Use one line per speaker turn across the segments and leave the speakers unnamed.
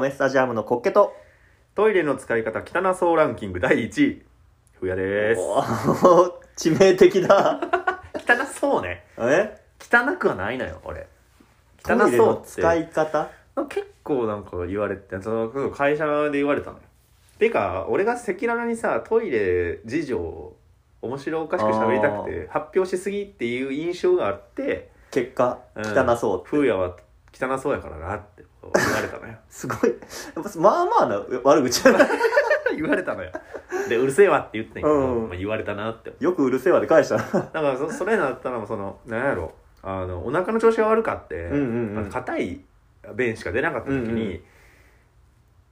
メスタジアムのコッケと
トイレの使い方汚そうランキング第1位ふやです
おー致命的だ
汚そうね
え
汚くはないのよ俺汚
トイレ
そう
の
って
使い方
結構なんか言われてその会社で言われたのよてか俺が赤裸々にさトイレ事情を面白おかしく喋りたくて発表しすぎっていう印象があって
結果
うん
汚そうって、
風也は汚そうやからなって言われたのよ
すごいやっぱまあまあな悪口だな
言われたのよでうるせえわって言ってんけど、
うん
まあ言われたなって
よくうるせえわで返したな
だからそそれだったらもうそのなんやろあのお腹の調子が悪かって
うんうんうん
あの硬い便しか出なかった時に、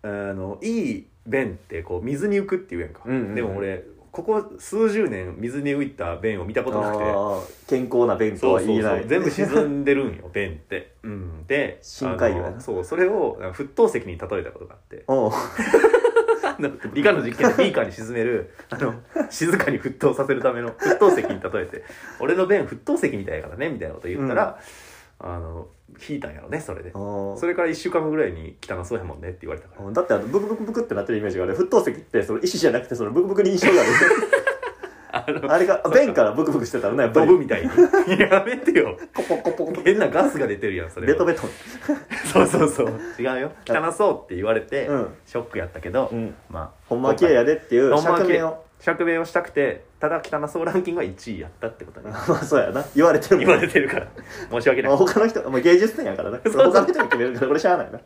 あのいい便ってこう水に浮くっていうやんか、
うんうんうん
でも俺ここ数十年水に浮いた便を見たことなくて
あー健康な弁当
そう
は
そうそ
言
う
えない
全部沈んでるんよ便って、うん、で
深海魚やな
あのそうそれをなんか沸騰石に例えたことがあって
おう
あの 理科の実験でビーカーに沈めるあの静かに沸騰させるための沸騰石に例えて「俺の便沸騰石みたいやからね」みたいなこと言ったら、あの引いたんやろねそれで
おう
それから1週間後ぐらいに「汚そうやもんね」って言われたから
だってあのブクブクブクってなってるイメージがある沸騰石ってその石じゃなくてそのブクブクに印象がある
あの
あれが弁からブクブクしてたらねやっぱ
ド
り
ブみたいにやめてよ
コポコポコポ
変なガスが出てるやんそれ
ベト
ベ
ベト
そうそうそう違うよ汚そうって言われて、
うん
ショックやったけど、
うん
まあ
ほんまは綺麗やでっていう
ほんまは
釈
綺麗
明を
釈明をしたくてただ汚そうランキングは1位やったってことね
まあそうやな言われてる
言
も
わ
ん
れてるから申し訳ない
まあ他の人もう芸術点やからな
そうそう
他の人に決めるからこれしゃあないな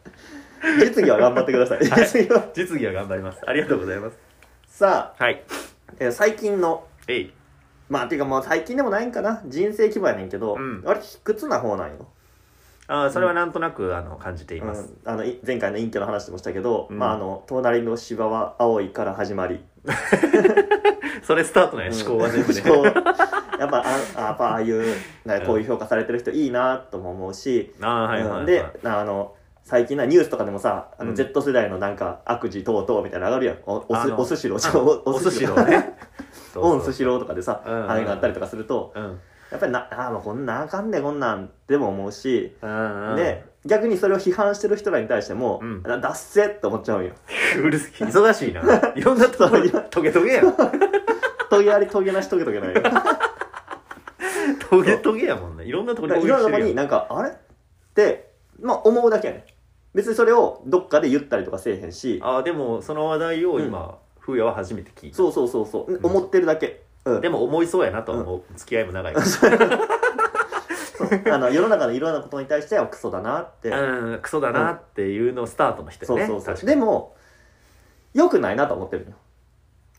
実技は頑張ってください実技は
実技は頑張りますありがとうございます
さあ、
はい
えー最近の
えい
まあていうかもう最近でもないんかな人生規模やねんけど、
うん
割と卑屈な方なんよ、
あーそれはなんとなくあの感じています、
うんあのい前回の隠居の話でもしたけど、
うん
まああの隣の芝は青いから始まり
それスタートね、
うん
思考は全部ね
思考やっぱああやっぱああいうなんかこういう評価されてる人いいなとも思うし、
ああはいはい、は
う
い
んであの最近なニュースとかでもさあ
う
の
ん
Z 世代のなんか悪事等々みたいなの上がるやんおお
あ
す
の
おスシロー
あ
お
お寿司の
お
ね
オンス
司
シローとかでさ
うんうんうん
あれがあったりとかすると
うん
やっぱりなあーもうこんなんあかんねこんなんでも思うし
うんうん
で逆にそれを批判してる人らに対しても
うん
なだっせって思っちゃうんよ
うるせえ 忙しいないろんなとこにトゲトゲやん
とげありとげなしとげとげ ないよだか
トゲトゲやもんねいろんなとこに
らい
攻撃
ろんなと
し
こ
てる
に
やん
なんかあれってまあ思うだけやね別にそれをどっかで言ったりとかせえへんし
ああでもその話題を今、風也は初めて聞いた
そうそうそうそう、
ん
思ってるだけうん
でも思いそうやなとは思う、付き合いも長いから
あの世の中のいろんなことに対してはクソだなって、
うんクソだなっていうのをスタートの人
そ
や
う
ね
そうそう
確か
でも良くないなと思ってるのよ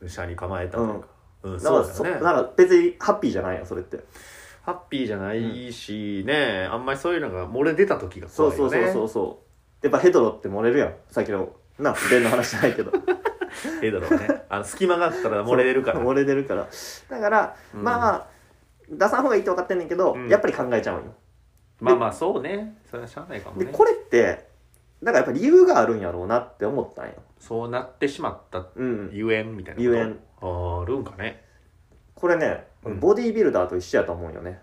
に車に構えたというか、う
だ
ん
から
そ
そう
だよね
なんか別にハッピーじゃないよそれって
ハッピーじゃないし、ねあんまりそういうのが漏れ出た時が
そ
怖
う
い
そ
よ
うそ
ね
うそうそうやっぱヘドロって漏れるやんさっきのな弁の話じゃないけど
ええだろうねあの隙間があったら 漏れ出るから
そう漏れ出るからだから、
うん
まあまあ出さん方がいいって分かってんねんけど、
うん
やっぱり考えちゃうんよ
まあまあそうねそれはしゃあないかも
で
ね
これってだからやっぱ理由があるんやろうなって思ったんよ
そうなってしまった
うん
ゆえんみたいな
ゆえん
あるんかね
これね、
うん
ボディービルダーと一緒やと思うんよね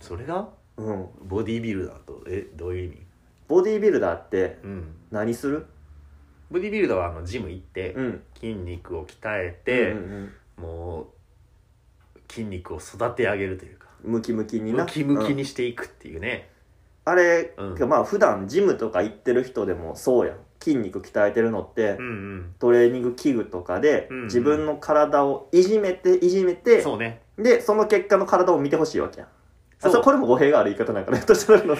それが
うん
ボディービルダーとえどういう意味
ボディービルダーって
うん
何する
ボディービルダーはあのジム行って
うん
筋肉を鍛えて、
うんうん
もう筋肉を育て上げるというか
うんムキムキにな
ムキムキ
うん
にしていくっていうね、
あれ、
うん
まあ普段ジムとか行ってる人でもそうやん筋肉鍛えてるのって、
うんうん
トレーニング器具とかで、
うんうん
自分の体をいじめていじめて
そうね
でその結果の体を見てほしいわけやんあ
そう
それこれも語弊がある言い方なんかねとしたらの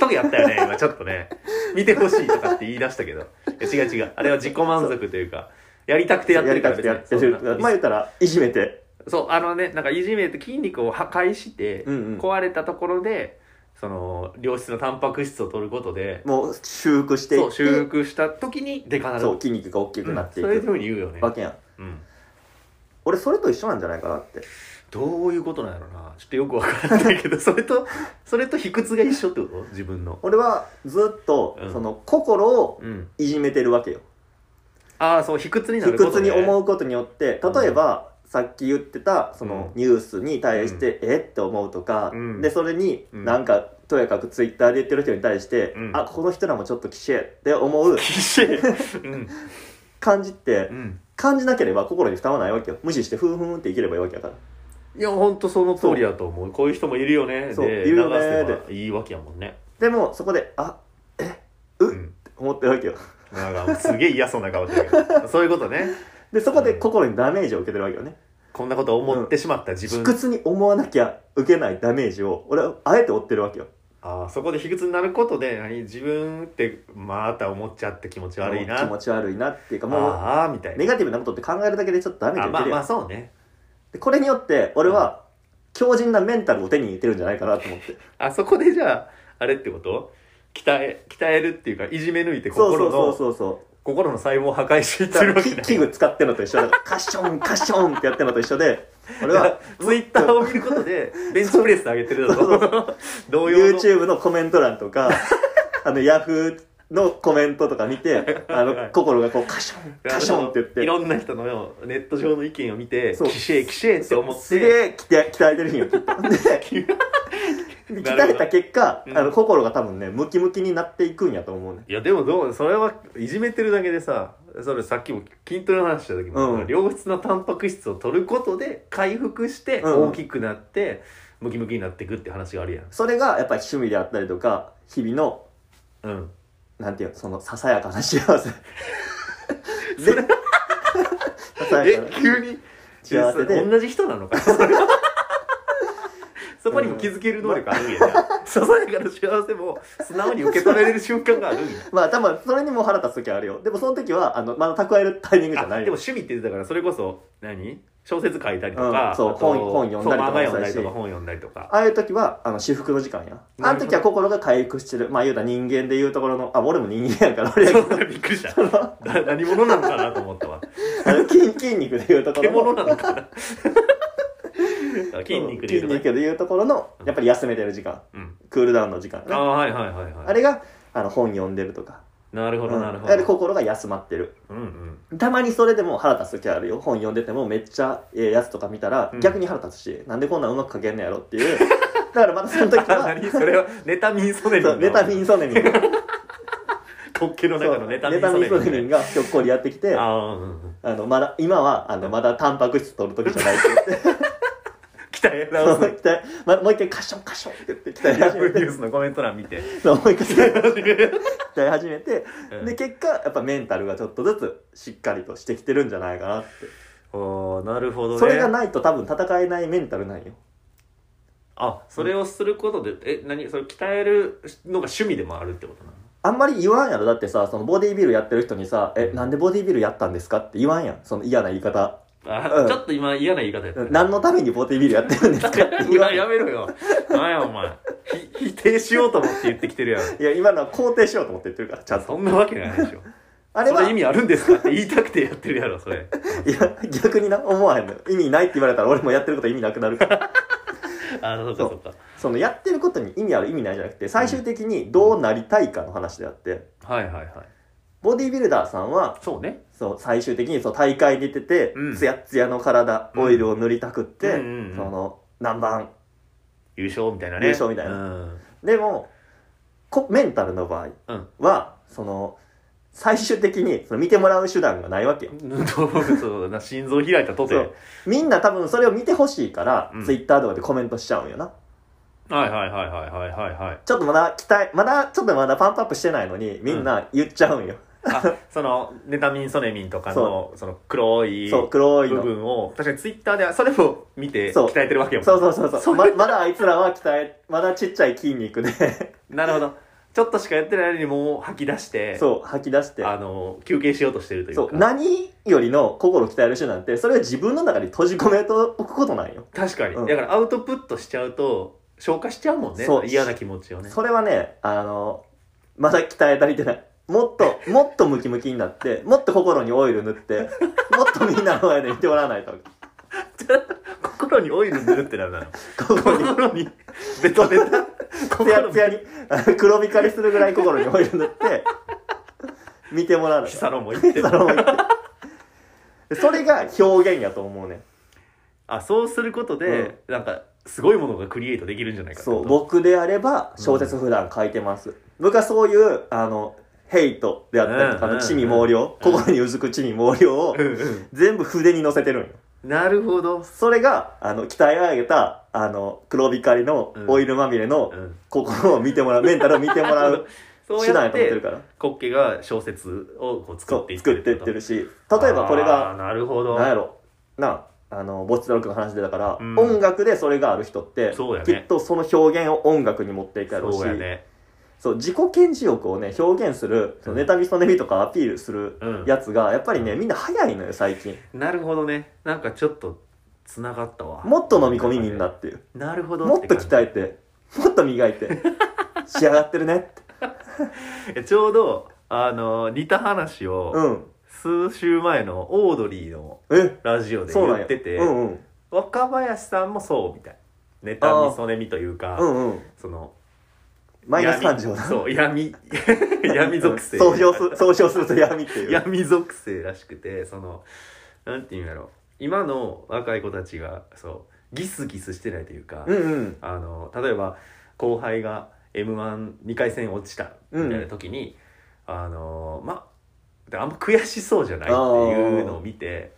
特やったよね今ちょっとね見てほしいとかって言い出したけどいや違う違うあれは自己満足というかやりたくてやって
や
る
り
か
た
ら
く
別
て
に
やってる
そんな
まあ言ったらいじめて
そうあのねなんかいじめて筋肉を破壊して、
うんうん
壊れたところでその良質のタンパク質を取ることで
もう修復していっ
そ
て
う修復した時にデカなる
そう筋肉が大きくなってい
うんそういうふ
く
うに言うよね、
わけやん
うん、
俺それと一緒なんじゃないかなって
どういうことなんやろうなちょっとよくわからない けどそれとそれと卑屈が一緒ってこと自分の
俺はずっと、
うん
その心を
うん
いじめてるわけよ
ああそう卑屈にな
卑
ること
屈
で
に思 うことによって例えば、さっき言ってたその
うん
ニュースに対して、えって思うとか、
うん
でそれに
うん
なんかとやかくツイッターで言ってる人に対して、
うん
あこの人らもちょっときしえって思う
しいうん
感じって
うん
感じなければ心に負担はないわけよ無視してふんふんっていければいいわけだから
いやほんとその通りだと思うこういう人もいるよね
そう
で
いるよね
流せばいいわけやもんね
でもそこであえう
う
っ
ん
て思ってるわけよ
なんかすげえ嫌そうな顔してるけど そういうことね
でそこで心にダメージを受けてるわけよね
こんなこと思ってしまった自
卑
分、
屈に思わなきゃ受けないダメージを俺はあえて負ってるわけよ
あーそこで卑屈になることで何自分ってまた思っちゃって気持ち悪いな
気持ち悪いなっていうかも
ああみた
う
い
ネ
な
ガティブなことって考えるだけでちょっとダメー
あ
ジを受
ま
け
あ
る
ま
やん
あそうね
でこれによって俺は強靭なメンタルを手に入れてるんじゃないかなと思って
あそこでじゃああれってこと鍛え鍛えるっていうかいじめ抜いて
そうそ
心
うそう
の
そうそう
心の細胞を破壊していってるわけ
器
だ
器具使ってんのと一 緒だからカッションカッションってやってんのと一緒で俺
だか
は
ら ツイッターを見ることでベンチプレス上げてるだろ 同様の
YouTube のコメント欄と かあの Yahoo のコメントとか見てあの心がこうカションカションって言って
いろんな人のよネット上の意見を見て
そう
きしえきしえって思って
すげえ鍛え鍛えてるんよきっ とで鍛えた結果、
うん
あの心が多分ねムキムキになっていくんやと思うね
いやでもどうそれはいじめてるだけでさそれさっきも筋トレの話した時も、
うん
良質なタンパク質を取ることで回復して
うん
大きくなって、ムキムキになっていくって話があるやん
それがやっぱり趣味であったりとか日々の
うん
なんていうのそのささやかな幸 せで ささやか
え
な
急に
幸せで
同じ人なのか そこにも気づける能力あるんやじゃあささやかな幸せも素直に受け取られる瞬間があるんや
まあ多分それにも腹立つ時はあるよでもその時はあのまだ蓄えるタイミングじゃ
あ
ないよ
でも趣味って言ってたからそれこそ何小説書いたりと
う
か
ん、そう
あと
本本読んだりとか
そう漫画読んだり
そう
と
や
か
し
本読んだりとか
ああいう時は、あの、私服の時間や。
な
あ
るほど
の時は心が回復してる。まあ言うたら人間で言うところの、あ、俺も人間やから、俺やけ
そう
ど
びっくりしただ何者なのかなと思っ たわ
あの筋筋肉で言うところ
獣
の、
なの かな筋肉で言うと
筋
ね
肉で言うところの
う、ん
やっぱり休めてる時間、
うん
クールダウンの時間、ね、
あ
あ
あはいはいはいはい
れが、あの、本読んでるとか。
なるほ
う
ど
ん
なるほ
あれ
ど
心が休まってる。
うん うん
たまにそれでも腹立つ時あるよ。本読んでてもめっちゃええやつとか見たら
うん、
逆に腹立つし、なんでこんなんうまく書けんのやろっていう。 だからまたその時
あ
は、
何それはネタミン ソネミン
そ
の
うネタミンソ ネミン。
滑稽の中のネタミン
ネタミ
ソ
ン
ネ
ソ
ミ
ネミ
ン
ンがひょっこりやってきて、
ああうんうん
あの、まだ、今は、あの、まだタンパク質取る時じゃないって 言って、
北エラ
そ
ウ
う
ス
一回まもう一回カションカションって言って、鍛え
ヤ
始
フ
め
ーニュ
て
ー、スのコメント欄 見て
そうもう一回鍛え始めて、
うん
で、結果、やっぱメンタルがちょっとずつしっかりとしてきてるんじゃないかなって。
おーなるほどね
それがないと多分戦えないメンタルなんよ。
あそれをすることで、え何それ鍛えるのが趣味でもあるってことなの
あんまり言わんやろ。だってさ、そのボディービルやってる人にさ、え、なんでボディービルやったんですかって言わんやん。その嫌な言い方。
あ、
うん
ちょっと今嫌な言い方やったね、
何のためにボディービルやってるんですかって
い
言わ
や
んや
や
ん。
めろよなんやお前ひ否定しようと思って言ってきてるやん
いや、今のは肯定しようと思って言ってるから、ちゃんと。
そんなわけないでしょ
あ
あ
れ
れ
は
それ意味あるんですかって言いたくてやってるやろそ れ
いや、逆にな、思わへんのよ意味ないって言われたら俺もやってること意味なくなるから。
あそうかそうか
そのやってることに意味ある意味ないじゃなくて、最終的にどうなりたいかの話であって、
はいはいはい
ボディービルダーさんは、
そうね
そう、最終的にそう大会に出てて
うん、
ツヤツヤの体、
うん
オイルを塗りたくって、
うんうんうん
その、何番。
優勝みたいなね
優勝みたいな
うん
でも、こメンタルの場
うん
合は、その、最終的にその見てもらう手段がないわけよ。
動物をな心臓開いたとて
そ
は
うみんな多分それを見てほしいから、
うん
ツイッターとかでコメントしちゃうんよな。
いはいはいはいはいはいはい
ちょっとまだ期待、まだ、ちょっとまだパンプアップしてないのに、みんな言っちゃうんよ。
あそのネタミンソネミンとかの
そ
その黒い
そう、黒い
部
の。
分を確かにツイッターではそれを見て
そう
鍛えてるわけよ
そうそうそうそう。ま、まだあいつらは鍛え、まだちっちゃい筋肉で、
なるほどちょっとしかやってないのにもう吐き出して
そう、吐き出して。
あの休憩しようとしてるとい
そうう、
か
何よりの心を鍛える手段って、それを自分の中に閉じ込めておくことなんよ。
確かに、
うん
だからアウトプットしちゃうと消化しちゃうもんね
そう
嫌な気持ちをね
それはね、あの、まだ鍛え足りてない。もっと、もっとムキムキになって、もっと心にオイル塗って、もっとみんなの前で見てもらわないと。
心にオイル塗るってなんなの
心に、
心にベタベタ
ツヤ
心
ツヤに、あの黒光りするぐらい心にオイル塗って、見てもらうの
ヒサロも言って
それも言ってそれが表現やと思うね
あそうすることで、なんかすごいものがクリエイトできるんじゃないかって
そ
こ
う、
と
僕であれば小説普段書いてます。僕はそういう、あの、ヘイトであったりとか、
うん
あの、地味毛量、
うん
心にうずく地味毛量を
うんう
全部筆に乗せてるんよ。
んなるほど、
それが、あの、鍛え上げた、あの、黒光りの
うん
オイルまみれの
うん、
心を見てもらう、メンタルを見てもらう
そう
手段や
やっ
と思って
て
るから。
コッケが小説をこう作
そ、
っていうっ
作
て
ってって
こ
るし、
と
例えばこれが
あー、なるほど
なんやろなああのボッチドロックの話でだから、
うん
音楽でそれがある人って、
そうやね
きっとその表現を音楽に持っていくやろうし
そうやね
そう自己顕示欲をね表現する、そのネタミソネミとかアピールする
うん
やつがやっぱりねみんな早いのよ最近
なるほどねなんかちょっとつながったわ
もっと飲み込みみんなっていう
なるほど
もっと
て感
鍛えてもっと磨い て仕上がってるねって
じえちょうどあの似た話を、
うん
数週前のオードリーの
え
ラジオで
そうなん
言
や
ってて、
うんうん
若林さんもそうみたいネタミソネミというか、
うんうん
その
マイナス感情だ
闇そう 闇闇属性
総称す総称すると闇っていう
闇属性らしくてそのなんていうんやろ今の若い子たちがそうギスギスしてないというか、
うんうん
あの例えば後輩が m 1 2回戦落ちたみたいな時に、あのまであんま悔しそうじゃないっていうのを見て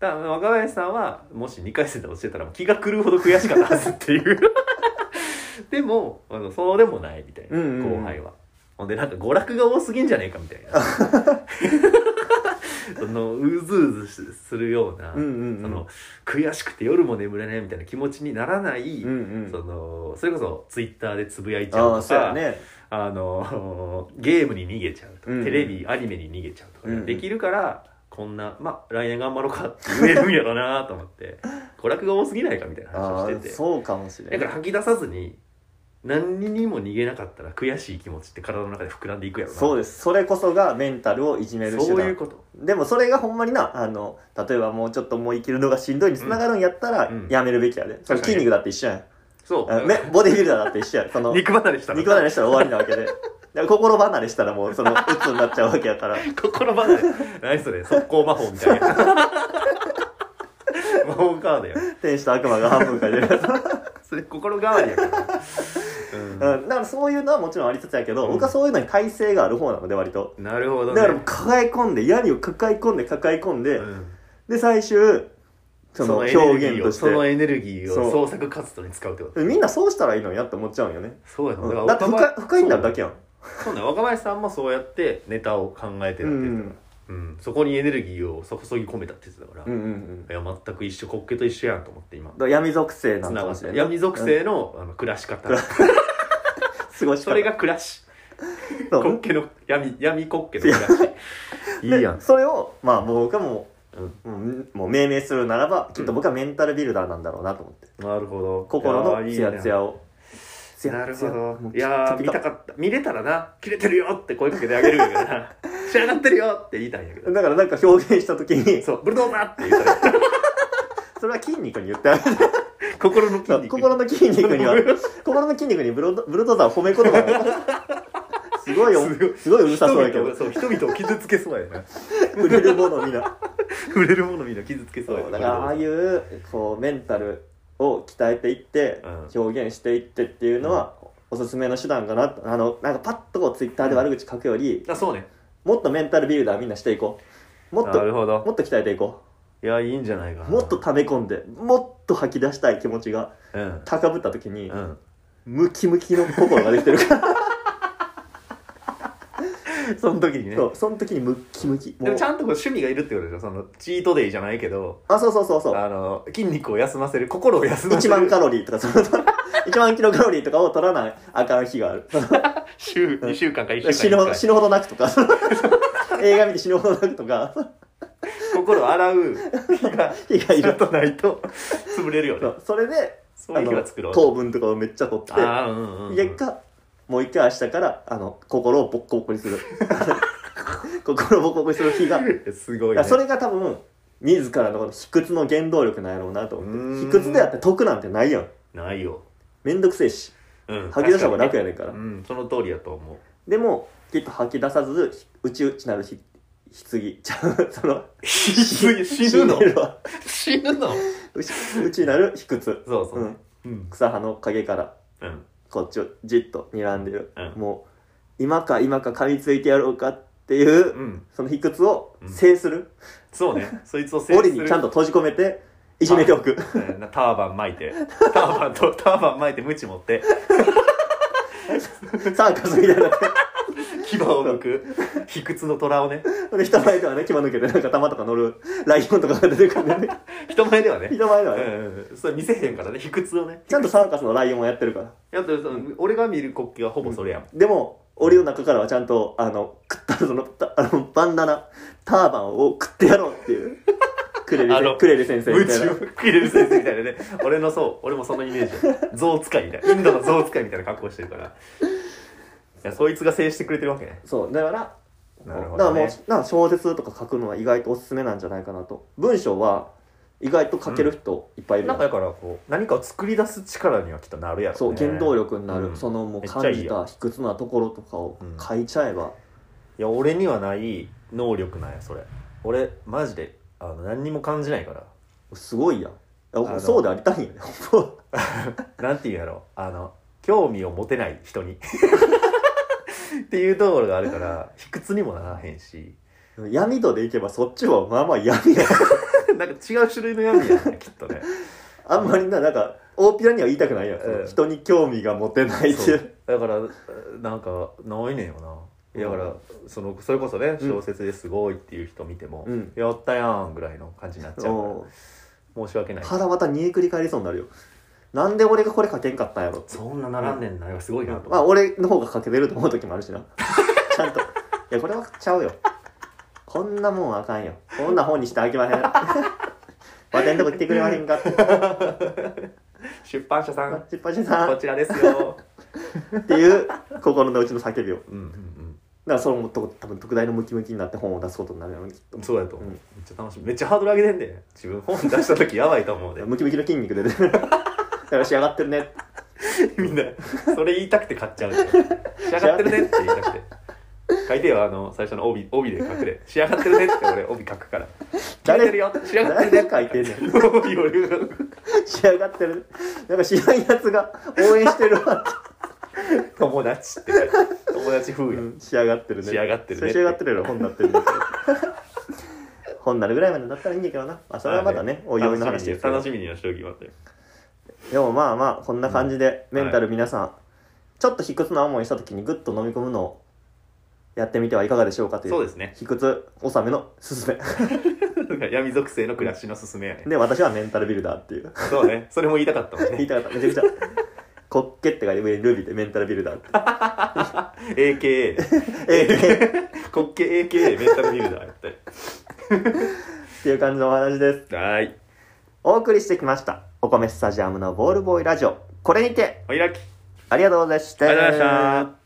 だから若林さんはもし2回戦で落ちてたら気が狂うほど悔しかったはずっていう でもあのそうでもないみたいな、
うんうんうん
後輩はほんでなんか娯楽が多すぎんじゃねえかみたいな そのうずうずするような、
うんうんうん
その悔しくて夜も眠れないみたいな気持ちにならない、
うんうん
そのそれこそツイッターでつぶやいちゃ
あ
う
あ
と
そう
か
やね
あの ゲームに逃げちゃうとか、
うんうん
テレビアニメに逃げちゃうとか、
うん
できるからこんなまあ来年頑張ろうかって言えるんやろなと思って娯楽が多すぎないかみたいな
あ
話をし
あ
てて
そうかもしれな
だ
い
から吐き出さずに何にも逃げなかったら悔しい気持ちって体の中で膨らんでいくやろな
そう
う
ですそれこそがメンタルをいじめる手
そうい
段
うこと
でもそれがほんまになあの例えばもうちょっともう生きるのがしんどいにつながるんやったら
うん
やめるべきやで、その筋肉だって一緒やん
そう
あめボディビルダーだって一緒やんその肉
肉離れしたら
離れしたら終わりなわけでだから心離れしたらもうその鬱になっちゃうわけやから
心離れ何それ速攻魔法みたいな 魔法カードや
天使と悪魔が半分かで、うん、だか
それ心変わり やから、うん
らそういうのはもちろんありつつやけど、
うん
僕はそういうのに耐性がある方なので割と
なるほど
だ
ね
から抱え込んで闇を抱え込んで抱え込んで、
うん
で最終その表現とし
その
て
エネルギーを
そ
そのエネルギー
う
を創作活動に使うってこと
みんなそうしたらいいのになって思っちゃうんよね、
そうやな
うんだ
だ
って
から
不快
若林
不快になるだけやん
そうね若林さんもそうやってネタを考えて
う
るって言っ
ん
てたから、うんそこにエネルギーを注ぎ込めたって言ってたから、
うんうんうん
いや全く一緒滑稽と一緒やんと思って今
だから闇属性なの
つな
か
が
も
っ
してれない
闇属性の,、あの暮らし方
暮ら過ごし方
それが暮らし
そう
滑稽の闇闇滑稽の暮らしいい
で
やん、
それをまあ僕はも
うん、
うもうもう命名するならばきっと僕はメンタルビルダーなんだろうなと思って
なるほど
心のツヤツヤをツ
なるほどい
いや
やー見たかった見れたらな切れてるよって声かけてあげるんやけど な仕上がってるよって言いたいんやけど
だからなんか表現した時に
そうブルドーザーって 言うから
それは筋肉に言ってあげる
心の筋肉
心の筋肉には 心の筋肉にブロドブルドーザーを褒め言葉をすごいよ
すごい
すごいうるさそうやけど
人々をそう 人々を傷つけそうや な
触れるものにな
触れるものみんな傷つけそうや
そうだからああいううこうメンタルを鍛えていって、
う
表現していってっていうのは、おすすめの手段かなとあのなんかパッとこうツイッターで悪口書くより、
あそうね
もっとメンタルビルダーみんなしていこうもっ
な
と
るほど
もっと鍛えていこ
いやいいんじゃないかな
うもっと溜め込んでもっと吐き出したい気持ちが
うん
高ぶった時に、
うん
ムキムキの心ができてるから
その時に ね
そうその時にムッキムキ
で
もう
もちゃんとこう趣味がいるってことでしょそのチートデイじゃないけど
あそうそうそうそう
あの筋肉を休ませる心を休ませ
1
る
万カロリーとかその1万キロカロリーとかを取らないあかん日がある
週2週間か1週間に
死
一
ぬほ
回
ど死ぬほど泣くと か映画見て死ぬほど泣くとか
心を洗う 日が
日がい
ちょ
る
っとないと潰れるよ
そ
ね
うそれで
そういう日は作ろう
糖分とかをめっちゃ取って
あーうんうんうん
結果もう一回明日からあの心をボッコボコにする 心をボコボコにする日が、
すごい
いや
ね
それが多分自らのこの卑屈の原動力なんやろうなと
う
思っ
ー
て
ん
卑屈であって得なんてないやん
ないよ
めんどくせえし
うん
吐き出した方が楽やねんから
うんその通りやと思う
でもきっと吐き出さず内々なるひ棺ちゃうその
死ぬの
死んでるわ
死ぬの
うちうちなる卑屈
そうそう、
うん
うん
草葉の陰から
うん
こっちをじっと睨んでる、
うん
もう今か今か噛みついてやろうかっていう、
うん
その卑屈を
うん
制する、
そうねそいつを制
檻にちゃんと閉じ込めていじめておく
うんなターバン巻いてターバンとターバン巻いて鞭持って
サーカスみたいになって
牙を剥く卑屈の虎をね
で人前ではね牙抜けてなんか玉とか乗るライオンとかが出てくるんでね
人前ではね
人前では
う
ね、
んうんそれ見せへんからね卑屈をね
ちゃんとサーカスのライオンもやってるから
やっぱその俺が見る国旗はほぼそれやもん
でも檻の中からはちゃんとあの食ったそのたあのバンダナターバンを食ってやろうって いうクレリ
あ
せ
の
んクレリ先生みたい
鞭
な
を切れる先生みたいなね俺のそう俺もそのイメージや象使いみたいなインドの象使いみたいな格好してるからいやそいつが制してくれてるわけね
そうだから
なるほ
だから
ど、
もう
ね、
なんか小説とか書くのは意外とおすすめなんじゃないかなと文章は意外と書ける人いっぱいいる
なん
やん
かだからこう何かを作り出す力にはきっとなるやろ
そう
ね
原動力になる、
うん
そのもう
めっちゃ
感
い
じ
いや
た卑屈なところとかを
うん
書いちゃえば、
いや俺にはない能力なんやそれ俺マジであの何にも感じないから
すごいやんい
あ
や
の
そうでありたいんやね ほんま
なんていうんやろあの興味を持てない人にっていうところがあるから卑屈にもならへんし
闇度でいけばそっちはまあまあ闇や
なんか違う種類の闇やねきっとね
あんまりななんか大っぴらには言いたくないやん、その
うん
人に興味が持てないってい
そうう だからなんかないねんよなだから、
うん
そのそれこそね
うん
小説ですごいっていう人見ても、
うん
やったやんぐらいの感じになっちゃうか
うん
ら申し訳ない
腹また煮えくり返りそうになるよなんで俺がこれ書けんかったんやろって
そんなならんねんなすごいなと
まあ
思って、
俺の方が書けてると思う時もあるしなちゃんといやこれはちゃうよこんなもんあかんよこんな本にしてあげまへんわてんとこ来てくれまへんかって
出版社さん
失敗してさ
こちらです よ、
っていう心のうちの叫びをだか
うんうん
らそのとこ多分特大のムキムキになって本を出すことになるよねきっ
う
と
ん、そうやと思う、
うん
めっちゃ楽しみめっちゃハードル上げてんで自分本出した時やばいと思うで
ムキムキの筋肉出てるだから仕上がってるね
みんなそれ言いたくて買っちゃうんだよ仕上がってるねって言いたくて書いてよあの最初の帯帯で書くで仕上がってるねって俺帯書 くから書いてるよ仕上がってるね
誰が書いてんねん
帯俺が
仕上がってるなんか知らんやつが応援してるわって
友達って書いて友達風や、
うん仕上がってるね
仕上がってるね
それ仕上がってるよ本になってるんだけど本になるぐらいまでだったらいいんだけどな、まあ、それはまだねおいおいの話ですけど
楽しみに楽しみにしておきますよ
でもまあまあこんな感じでメンタル皆さん、ちょっと卑屈な思いした時にグッと飲み込むのをやってみてはいかがでしょうかという
そうですね
卑屈納めのすすめ
闇属性の暮らしのすすめやね
で私はメンタルビルダーっていう
そうねそれも言いたかったもん
言い
ね
たかっためちゃ くちゃ「滑稽」って書いて上にルビーでメンタルビルダーって
AKA
え えっ
滑稽 AKA メンタルビルダーやったり
ていう感じのお話です
はーい
お送りしてきました。お米スタジアムのボールボーイラジオ。これにて、
お開き
ありがとうございました。
ありがとうございました